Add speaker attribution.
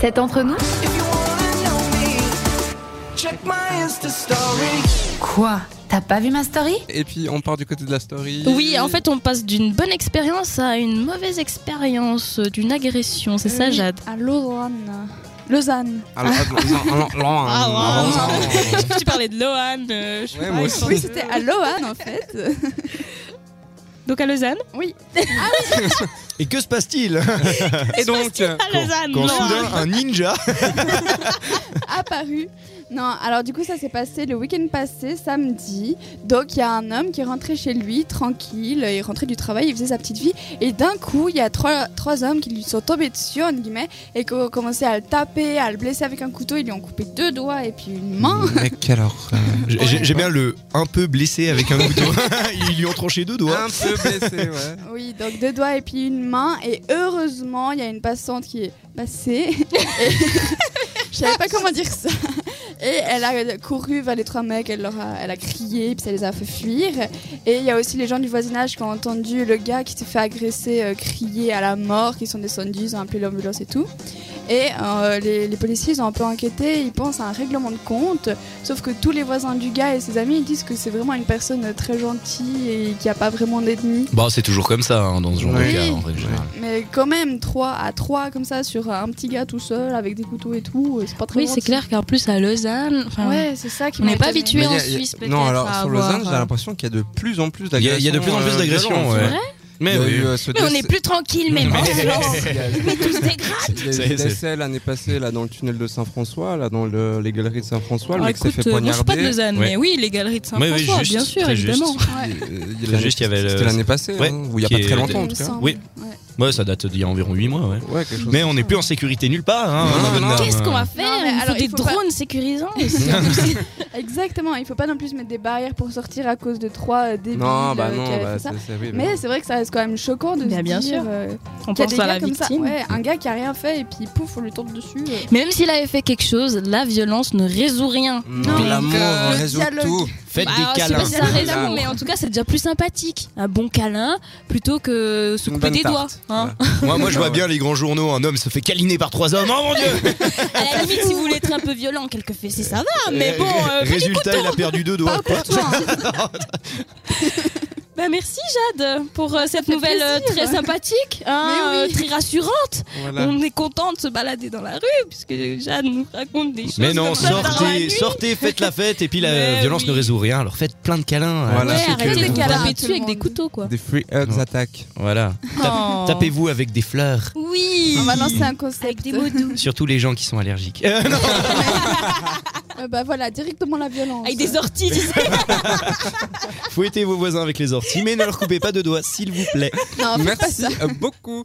Speaker 1: C'est entre nous Quoi T'as pas vu ma story
Speaker 2: Et puis on part du côté de la story.
Speaker 3: Oui, en fait, on passe d'une bonne expérience à une mauvaise expérience, euh, d'une agression. C'est ça,
Speaker 4: Oui,
Speaker 3: Jade
Speaker 4: À Lausanne. Lausanne.
Speaker 2: Alors, alors, alors,
Speaker 3: Ah,
Speaker 2: alors,
Speaker 3: Je crois que tu parlais de Lohan. euh, je sais
Speaker 2: Ouais,
Speaker 3: pas,
Speaker 2: moi
Speaker 3: il
Speaker 2: aussi.
Speaker 3: semble-
Speaker 4: Oui, c'était à Lausanne en fait.
Speaker 3: Donc à Lausanne
Speaker 5: Et que se passe-t-il
Speaker 2: Et donc, euh,
Speaker 3: À Lausanne,
Speaker 5: Quand
Speaker 3: non.
Speaker 5: soudain un ninja
Speaker 4: Apparu. Non, alors du coup, ça s'est passé le week-end passé, samedi. Donc, il y a un homme qui rentrait chez lui, tranquille. Il rentrait du travail, il faisait sa petite vie. Et d'un coup, il y a trois, trois hommes qui lui sont tombés dessus, entre guillemets, et qui ont commencé à le taper, à le blesser avec un couteau. Ils lui ont coupé deux doigts et puis une main.
Speaker 2: mais quelle horreur.
Speaker 5: J'ai- j'ai- J'aime bien le un peu blessé avec un couteau. Ils lui ont tranché deux doigts.
Speaker 2: Un peu blessé, ouais.
Speaker 4: Oui, donc deux doigts et puis une main. Et heureusement, il y a une passante qui est passée. Et- Je savais pas comment dire ça. Et elle a couru vers les trois mecs, elle, leur a, elle a crié, puis ça les a fait fuir. Et il y a aussi les gens du voisinage qui ont entendu le gars qui s'est fait agresser euh, crier à la mort, qui sont descendus, ils ont appelé l'ambulance et tout. Et euh, les, les policiers, ils ont un peu enquêté, ils pensent à un règlement de compte. Sauf que tous les voisins du gars et ses amis, ils disent que c'est vraiment une personne très gentille et qui a pas vraiment d'ennemis.
Speaker 6: Bon, Bah, c'est toujours comme ça hein, dans ce genre
Speaker 2: Oui.
Speaker 6: de cas en règle générale.
Speaker 4: Mais quand même, 3 à 3 comme ça sur un petit gars tout seul avec des couteaux et tout, euh, c'est pas très
Speaker 3: Oui,
Speaker 4: gentil.
Speaker 3: c'est clair qu'en plus à Lausanne. enfin,
Speaker 4: Ouais, c'est ça qui
Speaker 3: On
Speaker 4: m'a
Speaker 3: n'est pas
Speaker 4: étonnée.
Speaker 3: habitué. Tu
Speaker 2: Mais
Speaker 3: es
Speaker 2: il y a-
Speaker 3: en Suisse,
Speaker 2: il y a- Non,
Speaker 3: peut-être,
Speaker 2: alors
Speaker 3: à
Speaker 2: sur
Speaker 3: avoir,
Speaker 2: Lausanne, j'ai
Speaker 3: euh,
Speaker 2: l'impressions qu'il y a de plus en plus
Speaker 6: Il y,
Speaker 2: d'agressions.
Speaker 6: a- il y a de plus en plus
Speaker 2: euh,
Speaker 6: d'agressions.
Speaker 2: violentes,
Speaker 6: ouais.
Speaker 2: ouais.
Speaker 3: Vrai
Speaker 2: Il y
Speaker 6: Mais
Speaker 2: a
Speaker 6: oui.
Speaker 2: eu, euh, ce
Speaker 3: Mais on
Speaker 2: décès-
Speaker 3: n'est plus tranquille, mais bon,
Speaker 2: Mais
Speaker 3: tout se dégrade.
Speaker 2: Le
Speaker 5: C'est- c'est-
Speaker 2: décès l'année passée là dans le tunnel de Saint-François, là dans le- les galeries de Saint-François, le
Speaker 3: Ah,
Speaker 2: mec s'est
Speaker 3: écoute,
Speaker 2: fait
Speaker 3: euh, moi, je suis pas de
Speaker 2: poignarder.
Speaker 3: Lausanne,
Speaker 6: Ouais.
Speaker 3: mais oui, les galeries de
Speaker 6: Mais
Speaker 3: Saint-François,
Speaker 6: oui, juste,
Speaker 3: bien sûr,
Speaker 6: très juste.
Speaker 3: évidemment.
Speaker 4: Ouais.
Speaker 2: Euh, il y a
Speaker 6: C'est
Speaker 2: l'année-
Speaker 6: juste, il y avait le-
Speaker 2: C'était l'année passée,
Speaker 6: Ouais.
Speaker 2: hein, ou il y a
Speaker 6: Qui
Speaker 2: pas très
Speaker 6: est-
Speaker 2: longtemps en
Speaker 4: Il
Speaker 2: tout
Speaker 4: me
Speaker 2: cas.
Speaker 4: semble,
Speaker 6: Oui.
Speaker 4: ouais.
Speaker 6: Ouais, ça date d'il y a environ 8 mois. Ouais.
Speaker 2: Ouais, quelque chose.
Speaker 6: Mais on n'est plus en sécurité nulle part. Hein,
Speaker 2: Non,
Speaker 6: maintenant.
Speaker 2: non.
Speaker 3: Qu'est-ce qu'on va
Speaker 4: Non,
Speaker 3: faire
Speaker 4: mais
Speaker 3: Il faut
Speaker 4: alors, il
Speaker 3: des
Speaker 4: faut pas-
Speaker 3: drones sécurisants aussi.
Speaker 4: Exactement, il faut pas non plus mettre des barrières pour sortir à cause de 3 débiles
Speaker 2: Non, bah
Speaker 4: euh, qui
Speaker 2: non,
Speaker 4: avaient
Speaker 2: bah,
Speaker 4: fait ça.
Speaker 2: c'est- c'est- oui, bah,
Speaker 4: Mais c'est vrai que ça reste quand même choquant de
Speaker 3: Bien,
Speaker 4: se
Speaker 3: Bah, bien
Speaker 4: dire
Speaker 3: sûr.
Speaker 4: euh,
Speaker 3: On
Speaker 4: qu'il y a des
Speaker 3: pense à
Speaker 4: gars
Speaker 3: la
Speaker 4: comme
Speaker 3: victime.
Speaker 4: ça. Ouais, un gars qui a rien fait et puis pouf, on lui tombe dessus. euh.
Speaker 3: Mais même s'il avait fait quelque chose, la violence ne résout rien.
Speaker 2: Non,
Speaker 3: Donc,
Speaker 2: l'amour
Speaker 3: euh,
Speaker 2: résout
Speaker 4: dialogue.
Speaker 2: tout.
Speaker 6: Faites
Speaker 3: bah,
Speaker 6: des
Speaker 3: alors, je sais
Speaker 6: câlins.
Speaker 3: pas si ça résout,
Speaker 2: Voilà.
Speaker 3: mais en tout cas, c'est déjà plus sympathique. Un bon câlin plutôt que se
Speaker 2: Une
Speaker 3: couper
Speaker 2: bonne
Speaker 3: des
Speaker 2: tarte.
Speaker 3: doigts. hein.
Speaker 5: Moi, moi, je vois bien les grands journaux. Un homme se fait câliner par trois hommes. Oh mon dieu
Speaker 3: À la limite, si vous voulez être un peu violent, quelques fessées, ça va. Mais bon, euh,
Speaker 5: Résultat, il a perdu deux doigts. Quoi
Speaker 3: bah, merci Jade pour euh, cette
Speaker 4: fait
Speaker 3: nouvelle euh,
Speaker 4: plaisir.
Speaker 3: très sympathique, hein,
Speaker 4: Mais oui.
Speaker 3: euh, très rassurante.
Speaker 2: Voilà.
Speaker 3: On est content de se balader dans la rue puisque Jade nous raconte des choses.
Speaker 6: Mais non,
Speaker 3: comme ça dans la
Speaker 6: sortez,
Speaker 3: nuit.
Speaker 6: sortez, faites la fête et puis la
Speaker 3: Mais
Speaker 6: violence
Speaker 3: oui.
Speaker 6: ne résout rien. Alors faites plein de câlins. hein.
Speaker 2: Voilà.
Speaker 3: Ouais,
Speaker 2: Ceux
Speaker 3: arrêtez
Speaker 2: que-
Speaker 3: de vous
Speaker 4: Voilà,
Speaker 3: taper
Speaker 4: tout
Speaker 3: dessus
Speaker 4: le
Speaker 3: avec des
Speaker 4: monde.
Speaker 3: couteaux quoi.
Speaker 2: Des free hugs
Speaker 6: Non.
Speaker 2: attaquent.
Speaker 6: Voilà.
Speaker 3: Oh.
Speaker 6: Tapez-vous avec des fleurs.
Speaker 3: Oui.
Speaker 4: On va lancer un concept.
Speaker 3: Avec des mots doux.
Speaker 6: Surtout les gens qui sont allergiques.
Speaker 4: Euh, bah voilà, directement la violence.
Speaker 3: Avec des orties, tu sais.
Speaker 6: Fouettez vos voisins avec les orties, mais ne leur coupez pas de doigts, s'il vous plaît.
Speaker 4: Non, faites pas
Speaker 2: Merci euh,
Speaker 4: ça.
Speaker 2: beaucoup.